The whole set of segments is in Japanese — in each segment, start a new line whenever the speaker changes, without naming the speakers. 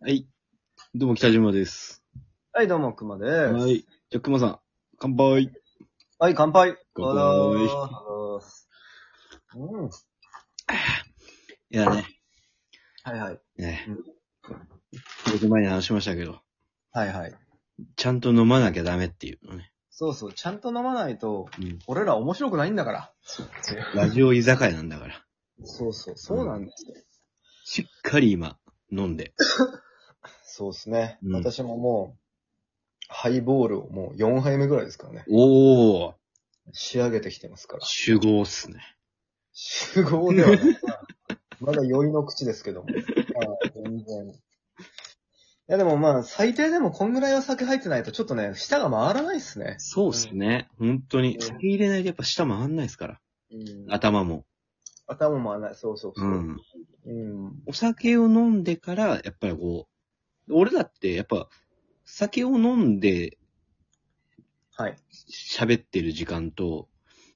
はい。どうも、北島です。
はい、どうも、熊です。は、
はいい。じゃあ、熊さん、乾杯。
乾杯。
乾杯
ありがとうございますうん。
いやね、
はいはい。
ね
うん。
ちょっと前に話しましたけど、
はいはい。
ちゃんと飲まなきゃダメっていうのね。
そうそう、ちゃんと飲まないと、
うん。
俺ら面白くないんだから。
ラジオ居酒屋なんだから。
そうそう、そうなんですよ。
しっかり今、飲んで。
そうですね、
うん
私ももう、ハイボールをもう4杯目ぐらいですからね。
おー、
仕上げてきてますから。
集合っすね。
集合ではない。まだ酔いの口ですけども。はい全然。いやでもまあ、最低でもこんぐらいは酒入ってないと、ちょっとね、舌が回らないっすね。
そうっすね。本当に。
うん
酒入れないとやっぱ舌回んないですから。
うん
頭も。
頭も穴、そうそうそうう。
ん。
うん。
お酒を飲んでから、やっぱりこう、俺だってやっぱ、酒を飲んで
はい。
喋ってる時間と、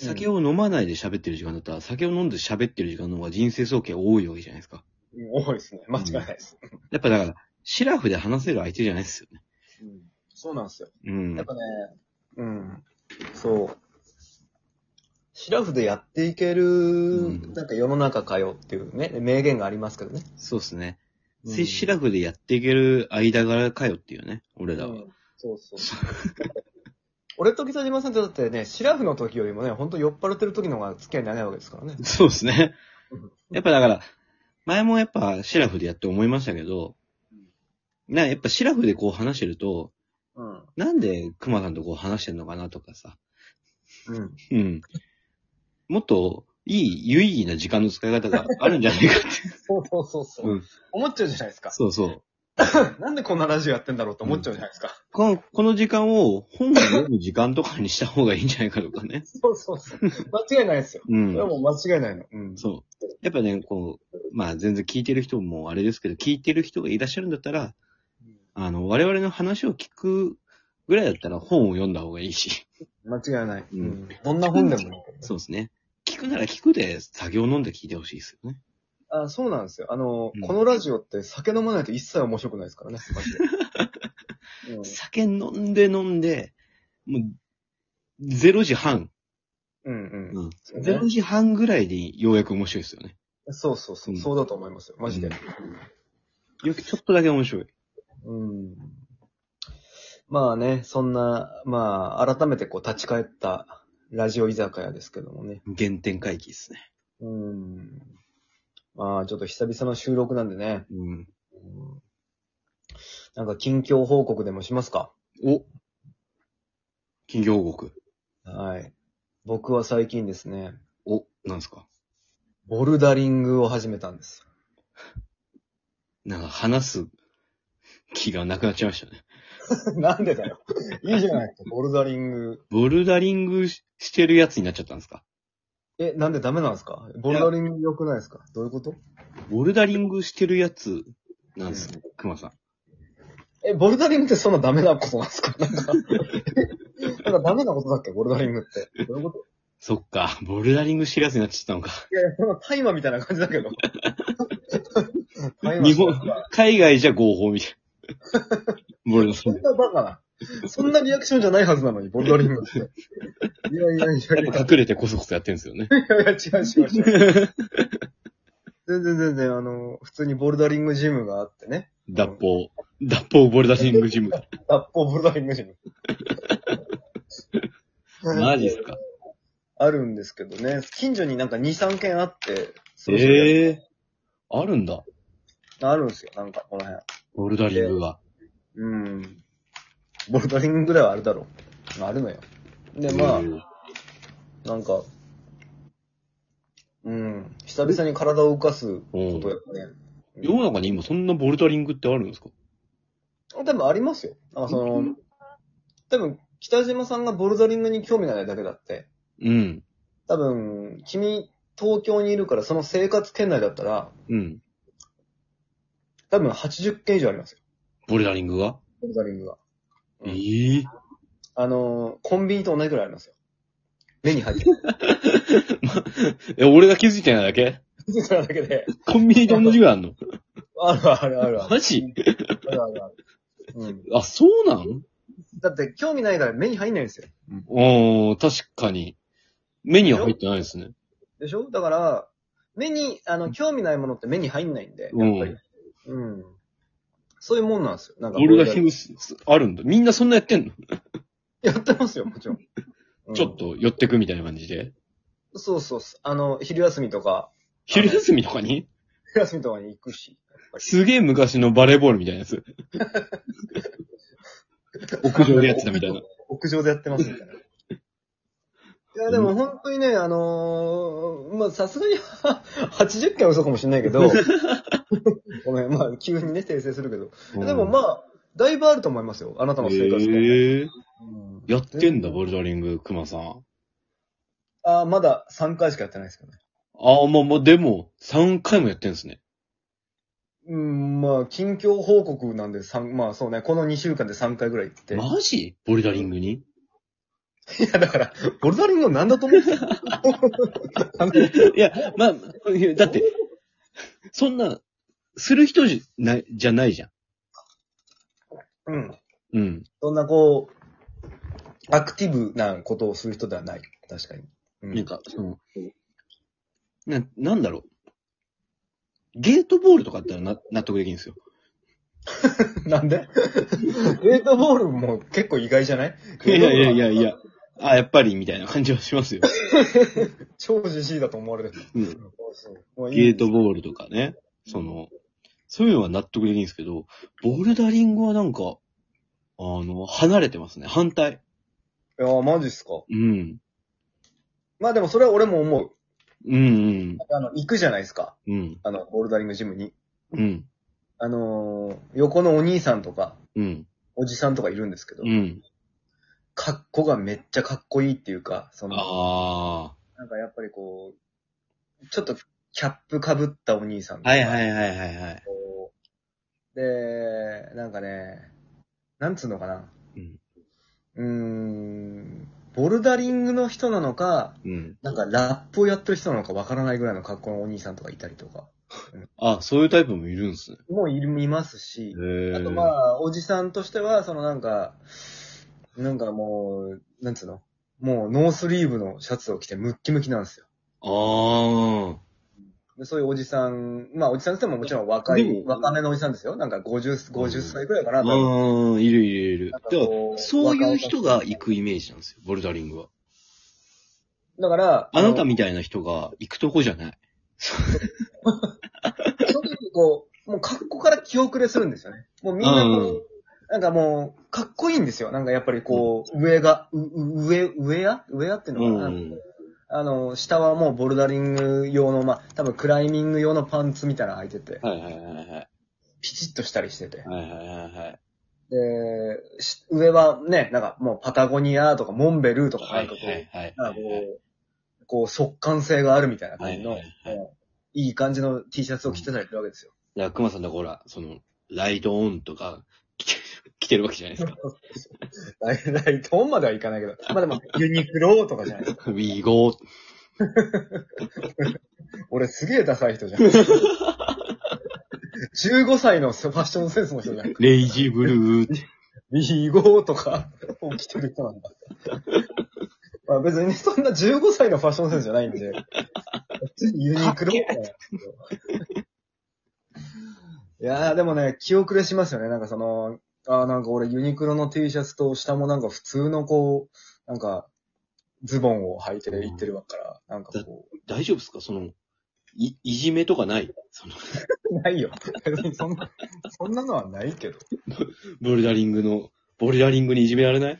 うん
酒を飲まないで喋ってる時間だったら、酒を飲んで喋ってる時間の方が人生総計多いわけじゃないですか。
多いですね。間違いないです。
やっぱだから、シラフで話せる相手じゃないですよね。
うんそうなんですよ。
うん
やっ。ぱね、うん。そう。シラフでやっていける、
ん
なんか世の中かよっていうね、名言がありますけどね。
そうですね。
うん
せシラフでやっていける間柄かよっていうね、俺ら
う
は。
んそうそう。 俺と北島さんってだってね、シラフの時よりもね、ほんと酔っ払ってる時の方が付き合い長いわけですからね。
そうですね
うん。
やっぱだから、前もやっぱシラフでやって思いましたけど、な、やっぱシラフでこう話してると、
うん。
なんで熊さんとこう話してんのかなとかさ、
うん。
うん。もっと、いい、有意義な時間の使い方があるんじゃないかって。
そうそうそうそう、
うん
思っちゃうじゃないです か。
そうそう。
なんでこんなラジオやってんだろうって思っちゃうじゃないですか。
この、この時間を本を読む時間とかにした方がいいんじゃないかとかね。
そうそうそう。間違いないですよ。
う
それは
ん。
もう間違いないの。うん。
そう。やっぱね、こう、まあ全然聞いてる人もあれですけど、聞いてる人がいらっしゃるんだったら、あの、我々の話を聞くぐらいだったら本を読んだ方がいいし。
間違いない。
うん
うん。どんな本でもね。
そうですね。聞くなら聞くで酒を飲んで聞いてほしいですよね。
あそうなんですよ。あの、
うん
このラジオって酒飲まないと一切面白くないですからね、マジで。
酒飲んで飲んで、もう、0時半。
うん、うん、うん。
うん。
そうね
0時半ぐらいでようやく面白いですよね。
そうそうそう、
うん
そうだと思いますよ、マジで。
よくちょっとだけ面白い。
うん。まあね、そんな、まあ、改めてこう立ち返ったラジオ居酒屋ですけどもね。
原点回帰ですね。
うん。まあ、ちょっと久々の収録なんでね。
うん。
うんなんか近況報告でもしますか
お金魚王国。
はい。僕は最近ですね、
お、なんすか
ボルダリングを始めたんです。
なんか話す気がなくなっちゃいましたね。
なんでだよ。いいじゃない。ボルダリング。
ボルダリングししてるやつになっちゃったんですか
え、なんでダメなんですかボルダリング良くないですかどういうこと
ボルダリングしてるやつなんですね、熊さん。
え、ボルダリングってそんなダメなことなんですかなん かなんかダメなことだっけボルダリングって。どういうこと
そっか、ボルダリングしてるやつになっちゃったのか。
いやいや、そんな大麻みたいな感じだけど。大麻
日本、海外じゃ合法みたいな。ボルダ
そ
リング。
んなバカな。そんなリアクションじゃないはずなのに、ボルダリングって。いやいやいやいや。
やっ ぱ隠れてこそこそやってるんですよね。
いやいや、違う違う違う。全然全然、あの、普通にボルダリングジムがあってね。
脱法。脱法ボルダリング ジム。
脱法ボルダリングジム。
マジっすか
あるんですけどね。近所になんか2、3軒あって、そろそろや
ええあるんだ。
あるんですよ、なんかこの辺。
ボルダリングが。
うん。ボルダリングぐらいはあるだろう。あるのよ。で、ま
うん
あ、なんか、うん、久々に体を動かすことやっぱね。
世の中に今そんなボルダリングってあるんですか
多分ありますよ。なんかその、多分、北島さんがボルダリングに興味がないだけだって、
うん。
多分、君、東京にいるから、その生活圏内だったら、
うん。
多分80件以上ありますよ。
ボルダリングが、
ボルダリングが。うん
ええ
あのー、コンビニと同じくらいありますよ。目に入ってる。
え、俺が気づいてないだけ
気づいただけで、
コンビニと同じぐらいあんの
あるあるあるある。
マジ
あるあるある。うん。
あ、そうなん
だって興味ないから目に入んないんですよ。
おー、確かに。目には入ってないですね。
でしょだから、目に、あの、興味ないものって目に入んないんで、
うん
やっぱり。うん。そういうもんなんですよ。なんか、
俺だけあるんだ。みんなそんなやってんの、
やってますよ、もちろん。う ん
ちょっ。と寄ってくみたいな感じで。
そうそうそう。あの、昼休みとか、
昼休みとかに
昼休みとかに行くし。
すげえ昔のバレーボールみたいなやつ。屋上でやってたみたいな。
屋上でやってますみたいな。いや、でも本当にね、あのーまあ、さすがに、80回は嘘かもしれない けど、ごめん、まあ、急にね、訂正するけど。でもま
あ、
あ、だいぶあると思いますよ、あなたの生活
へ
とか
え
うん
やってんだ、ボルダリング、熊さん。
あーまだ3回しかやってないですけどね。
ああ、まあまあ、でも、3回もやってんすね。
うん、まあ、近況報告なんで3、まあそうね、この2週間で3回ぐらい行って。
マジボルダリングに
いや、だから、ボルダリングなんだと思ってんの あの
いや、まあ、だって、そんな、する人じゃない、じゃないじゃ
うん。
ん。うん。
そんなこう、アクティブなことをする人ではない。確かに。う
なんか、その、な、なんだろう。ゲートボールとかだったらな納得できるん ですよ。
なんで ゲートボールも結構意外じゃない
いやいやいやい。や。あ、やっぱり、みたいな感じはしますよ。
超ジジイだと思われる。
うん
もうい
ゲ
い
ートボールとかね。その、そういうのは納得できるんですけど、ボルダリングはなんか、あの、離れてますね。反対。
いやー、マジっすか。
うん。
まあでもそれは俺も思う。
うん
あの、行くじゃないですか。
うん。うん。
あの、ボルダリングジムに。
うん。
あのー横のお兄さんとか、
うん。
おじさんとかいるんですけど、
うん。
格好がめっちゃかっこいいっていうか、その、
あ
なんかやっぱりこう、ちょっとキャップかぶったお兄さんと
あ。は
か。
いはいはいはいはい。
こうで、なんかね、なんつうのかな。
うん。
うーん、ボルダリングの人なのか、
うん。
なんかラップをやってる人なのかわからないぐらいの格好のお兄さんとかいたりとか、
あ、そういうタイプもいるんですね。
もういるいますし、
へえ。
あとまあ、おじさんとしては、そのなんか、なんかもう、なんつうのもうノースリーブのシャツを着てムッキムキなんですよ。
あ
でそういうおじさん、まあおじさんって言ってももちろん若
でも
い、若めのおじさんですよ。なんか50、50歳くらいかな、
あ。
多分
うん、いるいるいる
なん。か
では、
こう
そういう人が行くイメージなんですよ、ボルダリングは。
だから、
あなた
の
みたいな人が行くとこじゃない。
その時にこう、もう格好から気遅れするんですよね。もうみんなこう、
うん
なんかもう、かっこいいんですよ。なんかやっぱりこう、上が、うう上、上や上やっていうの
うんう
かな、
ん。
あの、下はもうボルダリング用の、まあ、多分クライミング用のパンツみたいなの履いてて、
はいはいはいはい。
ピチッとしたりしてて。
はいはいはいはい。
で、し上はね、なんかもうパタゴニアとかモンベルとか
は
なん
い
かこう、
はいはい
なんか
はい。
こう、こう速乾性があるみたいな感じの、
はい
い
はいはい
いい感じの T シャツを着てたりするわけですよ。
だから、熊さんだからほら、その、ライトオンとか、着て 着てるわけじゃないです か。
ライライトオンまではいかない けど、まあでも、ユニクロとかじゃないですか。
ウィーゴー。
俺すげえダサい人 じゃん。15歳のファッションセンスの人じゃん。
レイジーブルーって。
ビーゴーとかを着てる人 なんだ。まあ別にそんな15歳のファッションセンスじゃないんで、ユニクロみた いな。いやーでもね、気遅れしますよね。なんかその、あーなんか俺ユニクロの T シャツと下もなんか普通のこう、なんか、ズボンを履いていってるわから、なんかこ
大丈夫ですかその、い、いじめとかないその、
う。ないよ。別にそんな、そんなのはないけど。
ボルダリングの、ボルダリングにいじめられない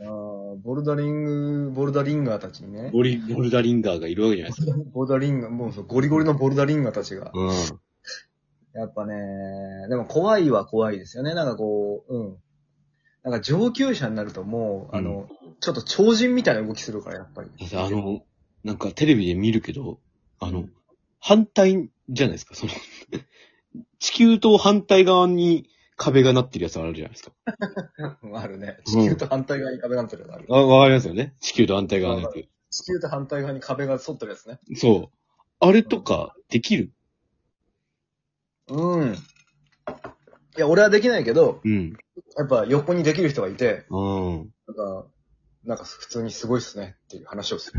あーボルダリング、ボルダリンガーたちにね。
ボリ、ボルダリンガーがいるわけじゃないですか。
ボルダリンガー、もうそうゴリゴリのボルダリンガーたちが。
うん。
やっぱね、でも怖いは怖いですよね。なんかこう、うん。なんか上級者になるともう、あの、ちょっと超人みたいな動きするから、やっぱり。
だってあの、なんかテレビで見るけど、あの、反対じゃないですか、その、 地球と反対側に壁がなってるやつあるじゃないですか。
うんあるね。地球と反対側に壁がってるやつある。
あわかりますよね地球と反対側のや
わか
つ。
地球と反対側に壁が沿ってるやつね。
そう。あれとか、できる
うん。いや、俺はできないけど、
うん。
やっぱ横にできる人がいて、
うん。
なんか、なんか普通にすごいっすねっていう話をす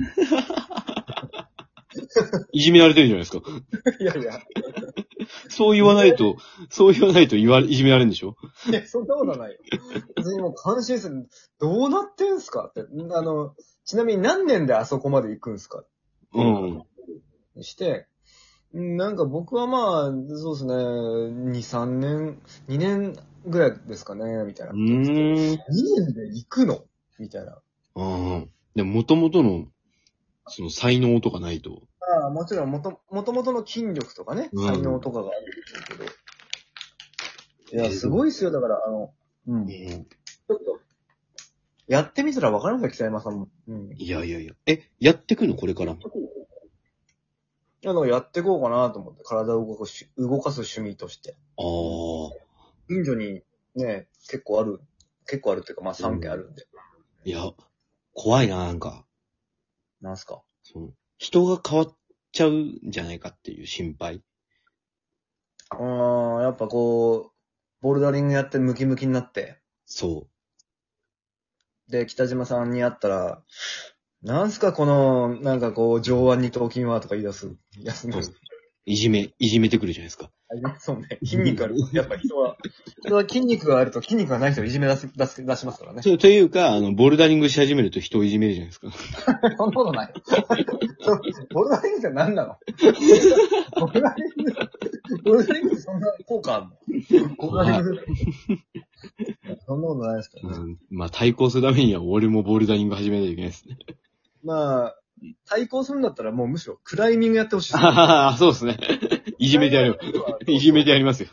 いじめられてるじゃないですか。
る。 いやいや、
そう言わないと、そう言わないと言われ、いじめられるんでしょ
いや、そんなことはないよ。別にもう監視する、どうなってんすかって。あの、ちなみに何年であそこまで行くんすか
うん。
して、うんなんか僕はまあ、そうですね、2、3年、2年ぐらいですかね、みたいな。
う
2
ーん。
年で行くのみたいな。
うん。でも、元々の、その、才能とかないと。
ああ、もちろん、もと、もともとの筋力とかね、
うん
才能とかがあるんでしょうけど。いや、すごいっすよ、だから、あの、うん。ち
い
ょっと、やってみたらわかるんだよ、北山さんも。うん。
やいやいや。え、やってくのこれから。
あの、やっていこうかなと思って、体を動かす、動かす趣味として。
ああ。
インドにね、結構ある、結構あるっていうか、まあ3件あるんで。
いや、怖いな、なんか。
なんすか
その、人が変わっちゃうんじゃないかっていう心配。
うーん、やっぱこう、ボルダリングやってムキムキになって、
そ
で、北島さんに会ったら、なんすかこの、なんかこう、上腕二頭筋はとか言い出す。言い出す
う。
の。
そう
あ
いじめ、いじめてくるじゃないですか。
りますそう ね。筋肉ある。やっぱ人は、人は筋肉があると筋肉がない人をいじめ出す、出す、出しますからね。
とというか、あの、ボルダリングし始めると人をいじめるじゃないですか。
そんなことない。 ボルダリングって何なのボルダリング、ボルダリングってそんな効果あるのボルダリング。そんなことないですからね。
うん、まあ、対抗するためには俺もボルダリング始めないといけないですね。
まあ、対抗するんだったらも うむしろクライミングやってほしい。
あははそうですね。いじめてやるよ。いじめてやりますよ。